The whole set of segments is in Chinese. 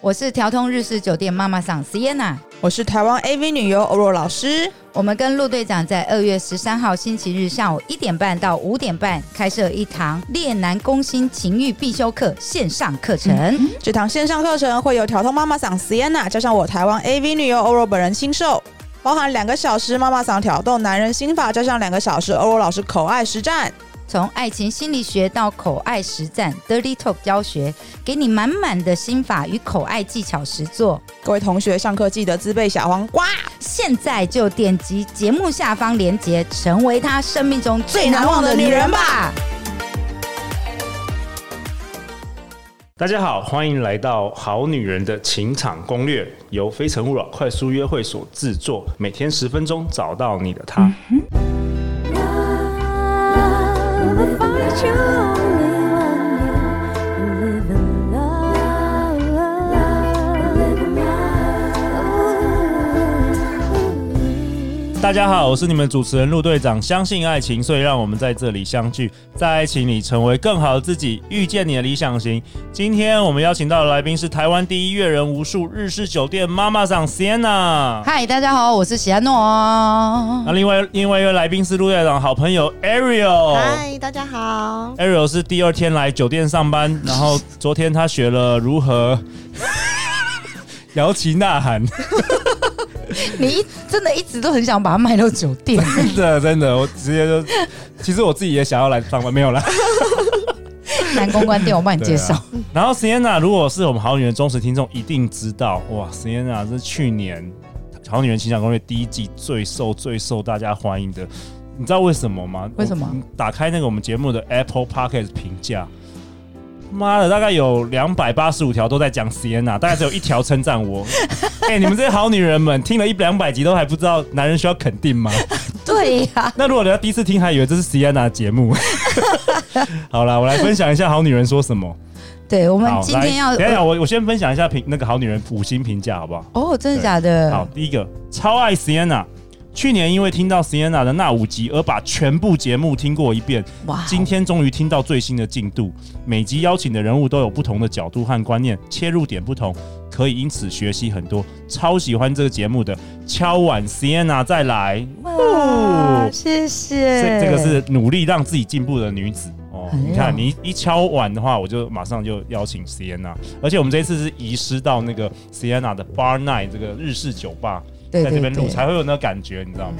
我是调通日式酒店妈妈桑 Sienna。我是台湾 AV 女优欧若老师。我们跟陆队长在二月十三号星期日下午一点半到五点半开设一堂《恋男攻心情欲必修课》线上课程。这堂线上课程会由调通妈妈嗓 Sienna 加上我台湾 AV 女优欧若本人亲授，包含两个小时妈妈嗓挑逗男人心法，加上两个小时欧若老师口爱实战。从爱情心理学到口爱实战 （Dirty Talk） 教学，给你满满的心法与口爱技巧实作。各位同学，上课记得自备小黄瓜。现在就点击节目下方链接，成为他生命中最难忘的女人吧！大家好，欢迎来到《好女人的情场攻略》，由非诚勿扰快速约会所制作，每天十分钟，找到你的他。 Love, I find you only one you live in love, live in love. 大家好，我是你们主持人陆队长。相信爱情，所以让我们在这里相聚，在爱情里成为更好的自己，遇见你的理想型。今天我们邀请到的来宾是台湾第一阅人无数日式酒店妈妈桑 Sienna。嗨，大家好，我是喜安诺。那另外另外一位来宾是陆队长好朋友 Ariel。嗨，大家好。 Ariel 是第二天来酒店上班，然后昨天他学了如何摇旗呐喊，你一真的一直都很想把它卖到酒店， 真的真的，我直接就，其实我自己也想要来上班，没有啦。 南公关店我帮你介绍。对啊然后 Sienna 如果是我们好女人忠实听众，一定知道哇，Sienna 是去年好女人情感攻略第一季最受最受大家欢迎的。你知道为什么吗？为什么我？打开那个我们节目的 Apple Podcast 评价，妈的，大概有两百八十五条都在讲 Sienna，大概只有一条称赞 我。哎、你们这些好女人们，听了一两百集都还不知道男人需要肯定吗？ 对呀、那如果人家第一次听，还以为这是 Sienna 的节目。 好啦，我来分享一下好女人说什么。对，我们啊好，今天要来等一下，我我先分享一下评那个好女人五星评价，好不好？哦，真的假的？好，第一个超爱 Sienna，去年因为听到 Sienna 的那五集而把全部节目听过一遍，哇哦今天终于听到最新的进度。每集邀请的人物都有不同的角度和观念，切入点不同，可以因此学习很多。超喜欢这个节目的，敲碗 Sienna 再来。哇哦谢谢。这这个是努力让自己进步的女子哦。哎呀你看，你一敲碗的话，我就马上就邀请 Sienna，而且我们这一次是移师到那个 Sienna 的 Bar Night 这个日式酒吧，对在这边对录对才会有那感觉，你知道 吗？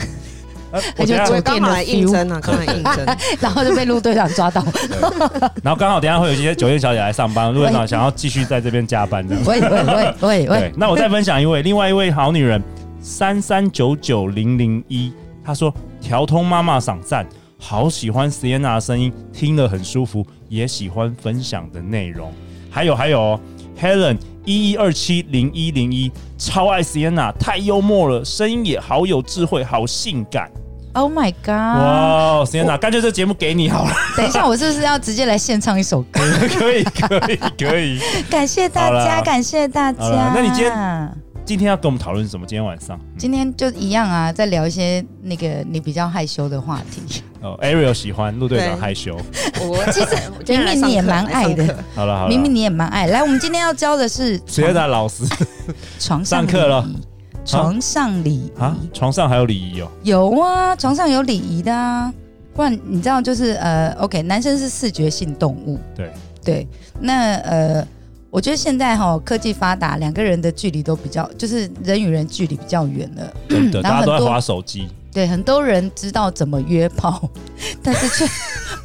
呃他我就等一下做我刚好来应征啊，刚好来应征。 然后就被陆队长抓到，然后刚好等一下会有一些酒店小姐来上班，如果想想要继续在这边加班这样。喂喂喂喂对喂，，那我再分享一位，另外一位好女人三三九九零零一，她说调通妈妈赏赞，好喜欢 Sienna 的声音，听了很舒服，也喜欢分享的内容。还有还有、哦、，Helen 一一二七零一零一，超爱 Sienna，太幽默了，声音也好有智慧，好性感。 ，Oh my God！哇、s i e n n a 干脆这节目给你好了，等一下，我是不是要直接来献唱一首 歌？可以可以可以。感谢大好家，啦感谢大好家啦。那你今今天要跟我们讨论什么？今天晚上，今天就一样啊，再聊一些那个你比较害羞的话题。哦，Ariel 喜欢，陆队长对害羞。 我其 实明明你也蛮爱的，好了好了，明明你也蛮爱。来，我们今天要教的是谁床打老师床上上课了礼仪，床上礼啊仪。？床上还有礼仪哦，有啊，床上有礼仪的啊。不然你知道，就是呃，OK，男生是视觉性动物，对对。那呃，我觉得现在哈、科技发达，两个人的距离都比较，就是人与人距离比较远了。真的，然后大家都很在多划手机，对，很多人知道怎么约炮， 但是却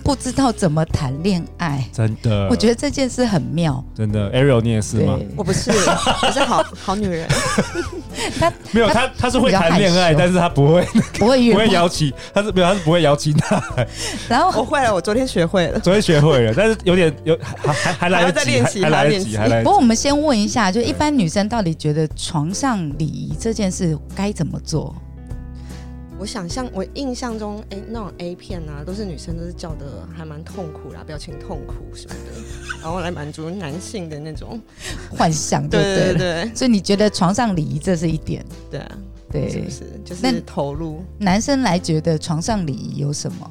不知道怎么谈恋爱。真的。我觉得得这件事很妙，真的，Ariel 你也是对，吗？我不是，我是好好女人。没有，他他是会比较谈恋害爱，羞但是他不会不会约不会炮。摇旗，他是没有，他是不会摇旗的。然后我会了，我昨天学会了。昨天学会了，但是有点有还还还来还要得再及，练还习还来还要得练及，习还不来得过及。我们先问一下，就一般女生到底觉得床上礼仪这件事该怎么做？ 我想象，我印象中，哎、那种 A 片啊，都是女生都是叫的还蛮痛苦啦，表情痛苦什么的，然后来满足男性的那种。幻想就对对对了。对所以你觉得床上礼仪这是一点？对啊，对，是不是？就那是投入。男生来觉得床上礼仪有什么？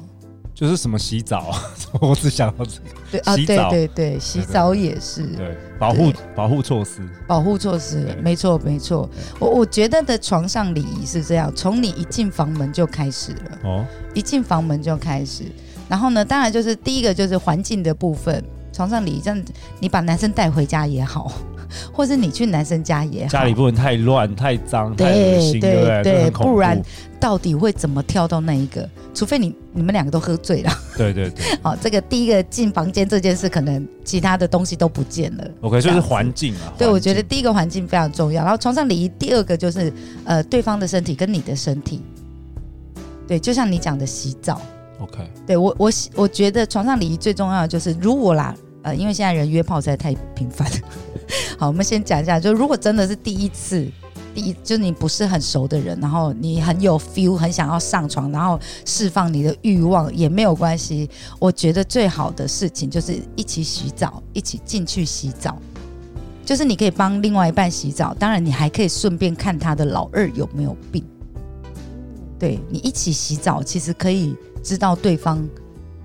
就是什么洗澡，啊 我只想到这个。对啊，洗对澡对对，洗澡也是对，保护保护措施，保护措施对，没错没错。我我觉得的床上礼仪是这样，从你一进房门就开始了。哦，一进房门就开始。然后呢，当然就是第一个就是环境的部分，床上礼仪，这样你把男生带回家也好， 或是你去男生家也好，家里不能太乱、太脏、太恶对心，对不对对？这很恐怖不然到底会怎么跳到那一个？除非你你们两个都喝醉了， 对对对哦，这个第一个进房间这件事，可能其他的东西都不见了。 ，OK，这就样是子环境啊。对，环我觉得境第一个环境非常重要，然后床上礼仪第二个就是呃对方的身体跟你的身体，对，就像你讲的洗澡， OK，对我，我喜我觉得床上礼仪最重要的就是，如果啦，呃，因为现在人约炮实在太频繁了。 好，我们先讲一下，就如果真的是第一次，第一就是你不是很熟的人，然后你很有 feel，很想要上床，然后释放你的欲望也没有关系。我觉得最好的事情就是一起洗澡，一起进去洗澡。就是你可以帮另外一半洗澡，当然你还可以顺便看他的老二有没有病。对你一起洗澡，其实可以知道对方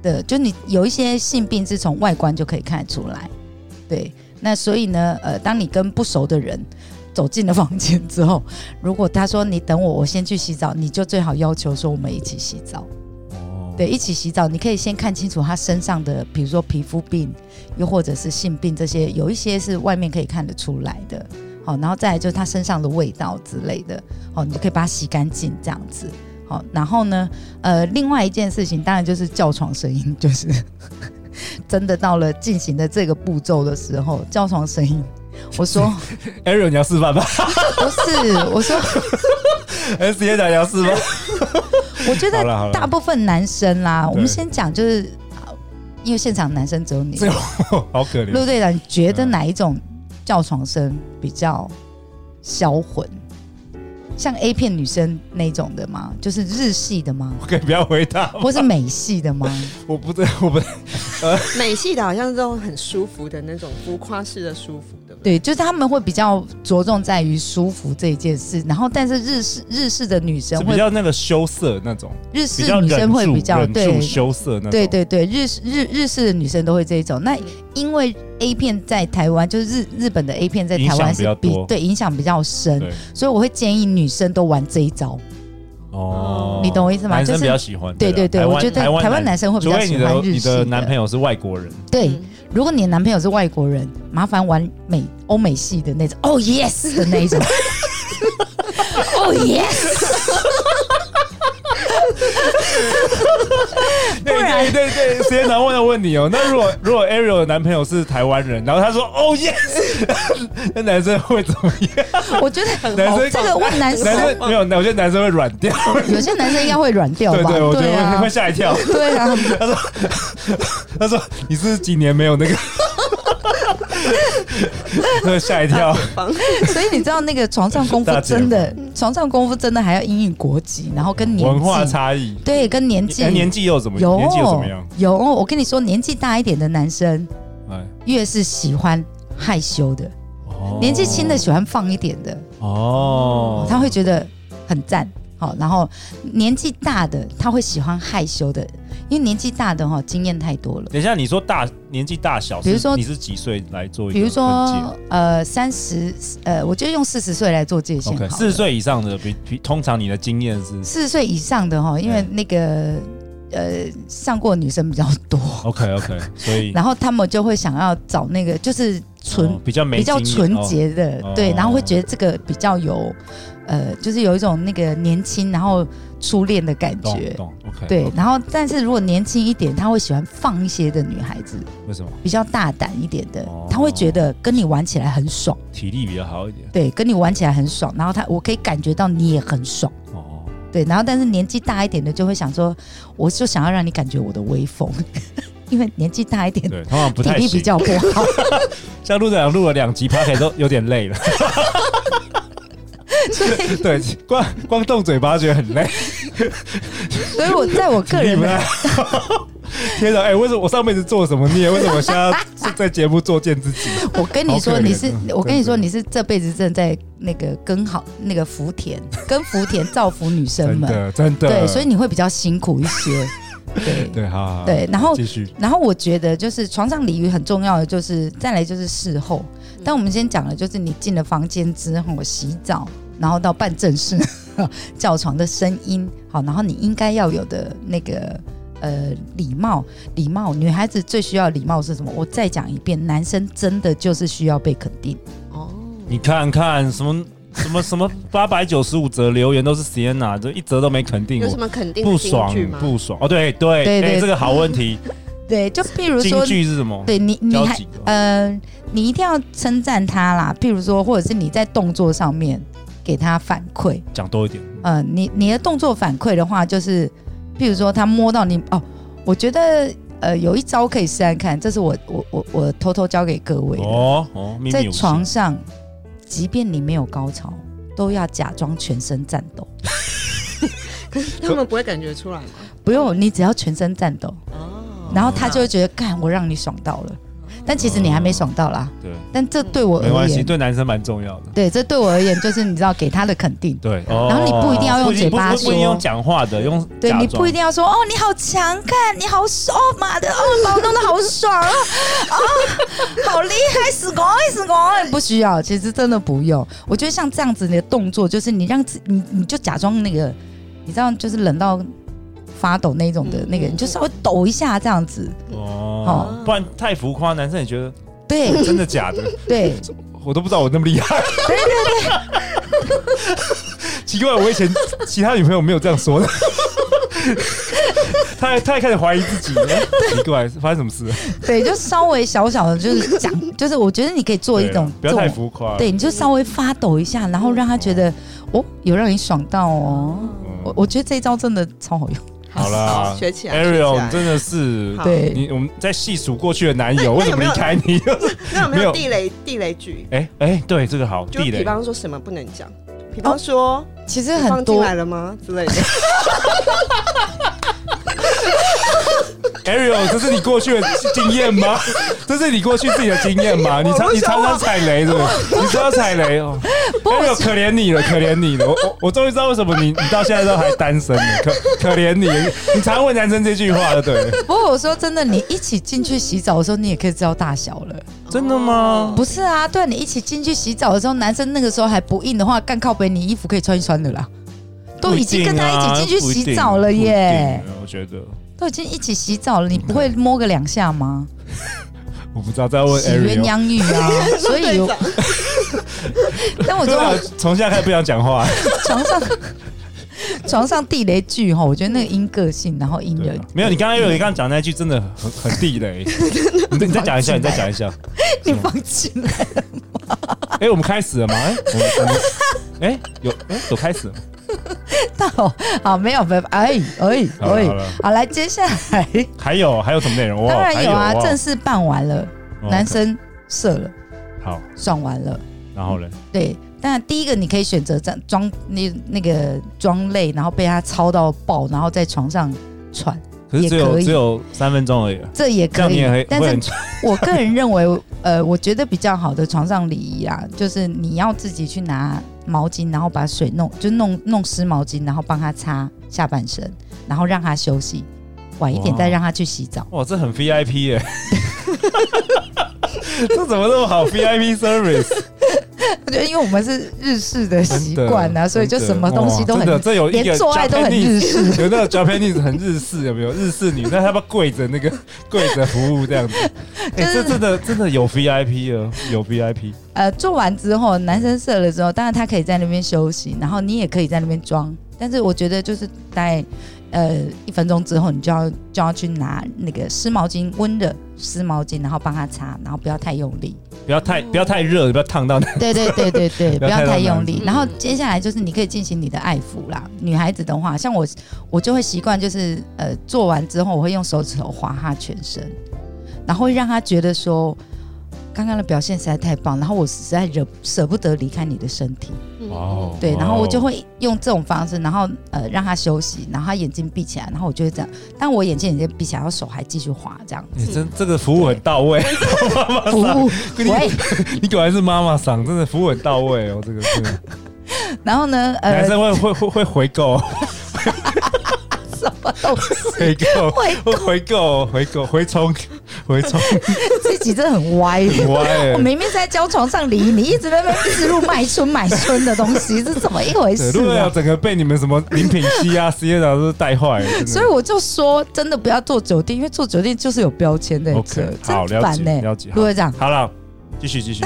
的，就你有一些性病是从外观就可以看得出来。对，那所以呢，呃，当你跟不熟的人走进了房间之后，如果他说你等我，我先去洗澡，你就最好要求说我们一起洗澡。哦，对，一起洗澡，你可以先看清楚他身上的，比如说皮肤病，又或者是性病这些，有一些是外面可以看得出来的。好，然后再来就是他身上的味道之类的，好，你就可以把它洗干净这样子。好，然后呢，呃，另外一件事情当然就是叫床声音，就是 真的到了进行的这个步骤的时候，叫床声音。我 说，Aaron 你要示范吧不是，我说，S 爷你要示范。我觉好了好得了大部分男生啦，我们对先讲就是，因为现场男生只有你，只有 好可陆怜。队长，你觉得哪一种叫床声比较销魂？像 A 片女生那种的吗？就是日系的 吗？ OK，不要回 答，或是美系的吗？我不对，我不美系的好像是这种很舒服的那种浮夸式的舒服，对不对？对，就是他们会比较着重在于舒服这一件事，然后但是日式日式的女生是比会，较那个羞涩那种，日比式较女忍生会住比较忍对住羞涩那种。对对对，日日日式的女生都会这一种。那因为 A 片在台湾，就是日日本的 A 片在台湾影响比较是多对影响比较深，对所以我会建议女生都玩这一招。哦，你懂我意思吗男就生是比较喜欢，啊对对对，台湾我觉得台台湾湾男生会比除较非喜你的欢日你系的男朋友是外 国人，对，嗯如果你的男朋友是外国人，麻烦玩美欧美系的那种，哦、yes 的那一种。哦、yes，不然对对，对时间长问要问你哦。那如果如果 Ariel 的男朋友是台湾人，然后他说哦 yes，那 男生会怎么样？我觉得男生哦这个问男生，男生没有，我觉得男生会软掉。有些男生应该会软掉对吧？ 对，我觉得啊会，吓一跳。对 啊，他说你是不是几年没有那个， 那吓一跳。所以你知道那个床上功夫大姐真的，床上功夫真的还要因应国籍，然后跟年纪，文化差异，对，跟年纪哎年纪又怎么有哦年纪又怎么样？有，哦我跟你说，年纪大一点的男生哎，越是喜欢害羞的，哦年纪轻的喜欢放一点的。哦，他会觉得很赞。好，然后年纪大的他会喜欢害羞的，因为年纪大的哈、经验太多了。等一下，你说大年纪大小是，比如说你是几岁来做一个比如分说界，呃，三十，呃，我觉得用四十岁来做界限好，OK，了。四十岁以上的，比比通常你的经验是 四十岁以上的哈、因哎为那个呃，上过女生比较多， OK OK，所以然后他们就会想要找那个就是纯、哦比较没比较经验纯哦洁的，哦对，然后会觉得这个比较有，呃，就是有一种那个年轻然后初恋的感觉哦懂。懂 OK，对， OK，然后但是如果年轻一点，他会喜欢放一些的女孩子，为什么比较大胆一点的哦，他会觉得跟你玩起来很爽，体力比较好一点？对，跟你玩起来很爽，然后他我可以感觉到你也很爽，哦，对，然后但是年纪大一点的就会想说，我就想要让你感觉我的威风， 因为年纪大一点。对，通常不哎体太力比行。较不好，像陆队长录了两集 p o d 都有点累了，所以对，光光动嘴巴觉得 很累， 所以我在我体个力人不的太好。 天哪，哎，为什么我上辈子做了什么孽？为什么我现在是在节目作践自 己？我跟好你可说，怜你是啊我跟你说，真的你是这辈子正在那个跟好那个福田，跟福田造福女生真们。的，真的，对，所以你会比较辛苦一些。对对，好好好对，然后继续然后我觉得就是床上礼仪很重要的，就是再来就是事后。但我们先讲了，就是你进了房间之后洗澡， 然后到办正事、叫床的声音，好，然后你应该要有的那个呃礼貌，礼貌，女孩子最需要礼貌是什么？我再讲一遍，男生真的就是需要被肯定。哦，你看看什么什么什么八百九十五则留言都是 Sienna，这一则都没肯定有什我，么肯定不的金爽句吗？不爽哦，对对对哎对这个好 问题，对，就譬如金说，句是什么？对你，你交还集哦呃，你一定要称赞他啦，譬如说，或者是你在动作上面给他反馈。讲多一点，呃，你你的动作反馈的话，就是譬如说他摸到你哦，我觉得呃有一招可以试看看，这是我我我我偷偷教给各位的，哦哦，秘密在武器床上，即便你没有高潮，都要假装全身战斗，可是他们不会感觉出来吗？不用你只要全身战斗，哦，然后他就会觉得，干我让你爽到了，但其实你还没爽到啦，对，但这对我没而关系，言，对男生蛮重要的。对这对我而言就是你知道给他的肯定。对，然后你不一定要用不一嘴定巴不不一定说用讲话的，用对假你装不一定要说哦，你好强，看你好瘦，妈的哦， 把我弄得好爽啊啊，好厉害，死光死光，不需要，其实真的不用。我觉得像这样子的动作，就是你让自你你就假装那个，你知道，就是冷到发抖那种的嗯那个，嗯你就稍微抖一下这样子，哦，不然太浮夸，男生也觉得呃对真的假的， 对，我都不知道我那么厉害。奇怪，我以前其他女朋友没有这样 说的。他他也开始怀疑自己了，奇怪，发生什么事了？对，就稍微小小的，就是讲，就是我觉得你可以做一对种啊不要太这种浮夸。对，你就稍微发抖一下，然后让他觉得哦，有让你爽到哦。嗯，我我觉得这一招真的超好用。好啦学起来。 Ariel 你学起来真的是好对你，我们在细数过去的男友， 那为什么离开你？那有没没有有地雷地雷剧？哎哎，对，这个好就地比雷，方说什么不能讲，比方说其实哦放很进多来了吗之 类的。 Ariel，这是你过去的经 验吗？这是你过去自己的经验吗？你常你常常踩雷是不是？你知道踩雷哦。Ariel，可怜你了，可怜你了。我我我终于知道为什么你你到现在都还单身了，可可怜你。你常问男生这句话，对了，不过我说真的，你一起进去洗澡的时候，你也可以知道大小了。真的吗？不是啊，对啊，你一起进去洗澡的时候，男生那个时候还不硬的话，干靠北，你衣服可以穿一穿的啦。都已经跟他啊一起进去洗澡了耶，不一定啊！我觉得都已经一起洗澡了，你不会摸个两下吗？我不知道，再问洗鸳 Ariel。 鸯浴啊， 所以我，但我觉对啊得，从现在开始不想讲话。床上 床上地雷剧哈，我觉得那个因个性，然后因对人啊，没有，你刚刚 Ariel 刚刚讲那句真的很很地雷。你再你再讲一下，你再讲一下。 你放进来。哎，我们开始了吗？哎，我们我们哎有哎有开始了吗。到好，没有，没有， 哎哎好了哎好了，好来，接下来还有还有什么内容？哇当还然有啊，哇正式办完了，哦男生射了，好，爽完了，然后呢？对。当然，第一个你可以选择装装那那个装累，然后被他操到爆，然后在床上喘，可是只有也可以只有三分钟而已啊，这也这可样你以也会。但会是很 我个人认为，呃，我觉得比较好的床上礼仪啊，就是你要自己去拿毛巾，然后把水弄，就弄弄湿毛巾，然后帮他擦下半身，然后让他休息，晚一点哇再让他去洗澡。哇，这很 VIP 耶、 这怎么那么好 VIP service？我觉得 因为我们是日式的 习惯啊，所以就什么东西都真的哇真的很，这有一个连做爱都很 Japanese- 日式。有那个 Japanese 很日式，有没有日式女？那他们跪着那个跪着服务这样子，哎、就是这真的真的有 VIP 啊，有 VIP。呃，做完之后，男生射了之后，当然他可以在那边休息，然后你也可以在那边装。但是我觉得就是待呃一分钟之后，你就要就要去拿那个湿毛巾，温的湿毛巾，然后帮他擦，然后不要太用力。不要太不要太热，不要烫到。对对对对对， 不不要要太太浪用漫力。嗯然后接下来就是你可以进行你的爱抚啦。女孩子的话，像我，我就会习惯就是呃，做完之后我会用手指头划她全身，然后会让她觉得说刚刚的表现实在太棒，然后我实在惹舍不得离开你的身体。哇哦，哦，对，然后我就哇哦会用这种方式，然后呃让她休息，然后她眼睛闭起来，然后我就会这样，但我眼睛眼睛闭起来，然后手还继续划这样。哦你真这个服务很到位，妈妈服桑，务，你喂， 你果然是妈妈桑，真的服务很到位哦，这个是。然后呢，呃 男，生会会会会回购，么东西？回购，回回购，回购，回冲，回冲，自己真的很 歪。歪我。明明在教床上礼仪，你一直在那边一路卖春买春的东西，是怎么一回对事如果要啊？整个被你们什么林品 熙啊、实验长都带坏了，真的所以我就说，真的不要做酒店，因为做酒店就是有标签的，这 OK，好，真了烦欸解，呢。了解。陆会长，好了，继续，继 续，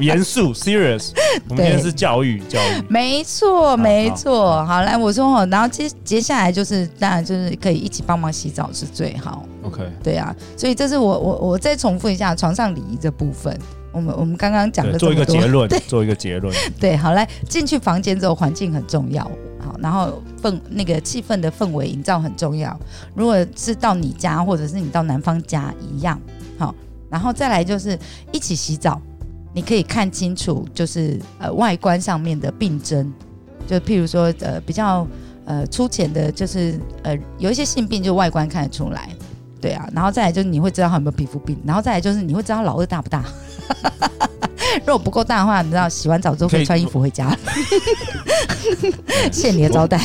严肃，serious。我们今对天是教育，教育。没错，没错。好，来，我说哦，然后接接下来就是，当然就是可以一起帮忙洗澡是最好。 OK，对啊，所以这是我我我再重复一下床上礼仪这部分。我们我们刚刚讲对，了做一这个么多结论，做一个结论。对，好来进去房间之后，环境很重要。好，然后氛那个气氛的氛围营造很重要。如果是到你家或者是你到男方家一样，好，然后再来就是一起洗澡，你可以看清楚就是呃外观上面的病征，就譬如说呃比较呃粗浅的，就是呃有一些性病就外观看得出来。对啊，然后再来就是你会知道他有没有皮肤病，然后再来就是你会知道老二大不大。 如果不够大的话，你知道洗完澡之后可可以以穿衣服回家 了。谢谢你的招待。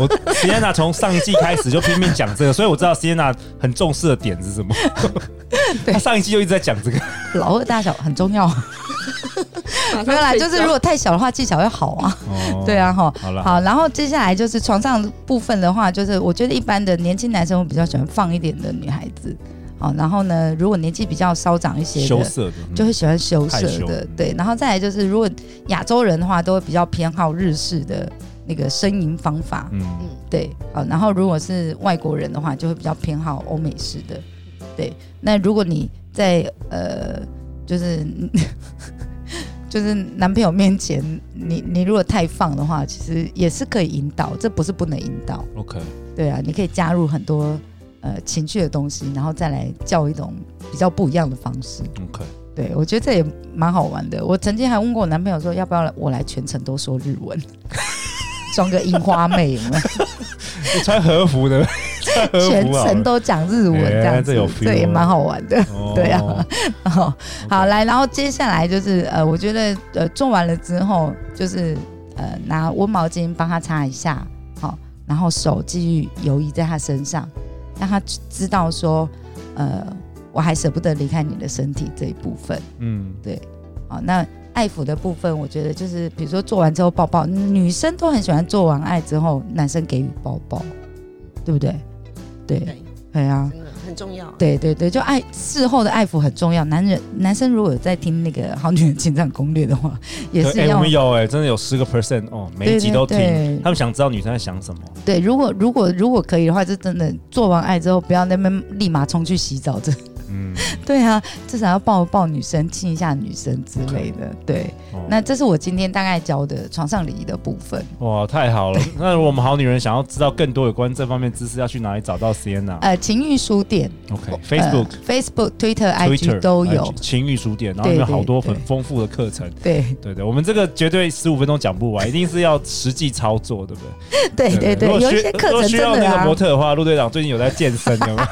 我 Sienna 从上一季开始就拼命讲这个，所以我知道 Sienna 很重视的点是什么。 对他上一季就一直在讲这个。老二大小很重要，马 上没有啦，睡就是觉如果太小的话，技巧要好啊。哦 对，啊，哈。好了，好，然后接下来就是床上部分的话，就是我觉得一般的年轻男生会比较喜欢放一点的女孩子。好，然后呢，如果年纪比较稍长一些的，羞涩的，就嗯会喜欢羞涩害羞的嗯，对。然后再来就是，如果亚洲人的话，都会比较偏好日式的那个呻吟方法，嗯，对。好，然后如果是外国人的话，就会比较偏好欧美式的，对。那如果你在呃，就是 就是男朋友面前，你你如果太放的话，其实也是可以引导，这不是不能引导， ，OK，对啊，你可以加入很多呃情绪的东西，然后再来叫一种比较不一样的方式。 OK，对，我觉得这也蛮好玩的。我曾经还问过我男朋友说，要不要我来全程都说日文，装个樱花妹有没有，你穿和服的， 穿和 全服好程了。都讲日文这哎样这子，有 feel 这也蛮好玩的。哦对啊 好， OK 来，然后接下来就是呃，我觉得呃做完了之后，就是呃拿温毛巾帮他擦一下，好，然后手继续游移在他身上，让他知道说，呃，我还舍不得离开你的身体这一部分。嗯，好，那爱抚的部分，我觉得就是比如说做完之后抱抱，女生都很喜欢做完爱之后男生给予抱抱，对不对？对，对，对啊，真的很重要。对对对，就爱事后的爱抚很重要。男人男生如果有在听那个《好女人情场攻略》的话，也 对是哎，我要们有哎，真的有十个 percent 哦，每一集都对听对对，他们想知道女生在想什么。对。如果如果如果可以的话，就真的做完爱之后，不要那边立马冲去洗澡，这 嗯，对啊，至少要抱抱女生，亲一下女生之类的。对，哦那这是我今天大概教的床上礼仪的部分。哇，太 好了！那如果我们好女人想要知道更多有关这方面知识，要去哪里找到 Sienna？OK，Facebook、呃，情欲书店。哎 Facebook 呃、Facebook、Twitter、 Twitter IG 都有 IG。情欲书店，然后里面对好多很对丰富的课程。对 对对，我们这个绝对十五分钟讲不完，一定是要实际操作，对不对？对对对，如果有需一些如课果程需真要的那个啊模，特的话，陆队长最近有在健身，有没有？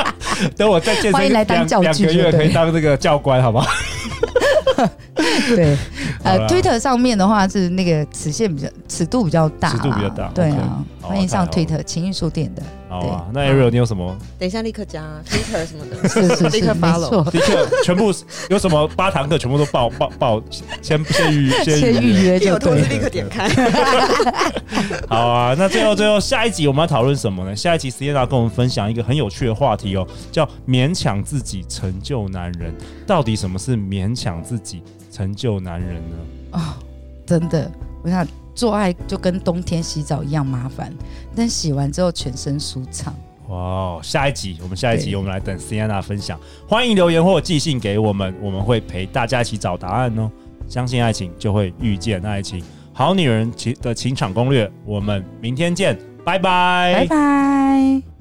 等我再健欢身迎来当两教两具个就月，对可以当这个教官，好不好？ 对，好呃啦，Twitter 上面的话是那个尺线比较尺度比较大啦，尺度比较大对啊， OK 欢迎上好太好 Twitter 情欲书店 的，好啊，那对 Ariel 你有 什么等一下立刻加 Twitter 什么的，是是立是，刻没 follow。错，立刻全部有什么八堂课全部都报报报，先先预先预约一就有通对知了。立刻点开。好啊，那最后最后下一集我们要讨论什么呢？下一集 Sienna 跟我们分享一个很有趣的话题哦，叫勉强自己成就男人。到底什么是勉强自己成就男人呢？哦，真的，我想做爱就跟冬天洗澡一样麻烦，但洗完之后全身舒畅。哇哦，下一集我们下一集对我们来等 Sienna 分享，欢迎留言或寄信给我们，我们会陪大家一起找答案哦。相信爱情就会遇见爱情，好女人情的情场攻略，我们明天见，拜拜拜拜。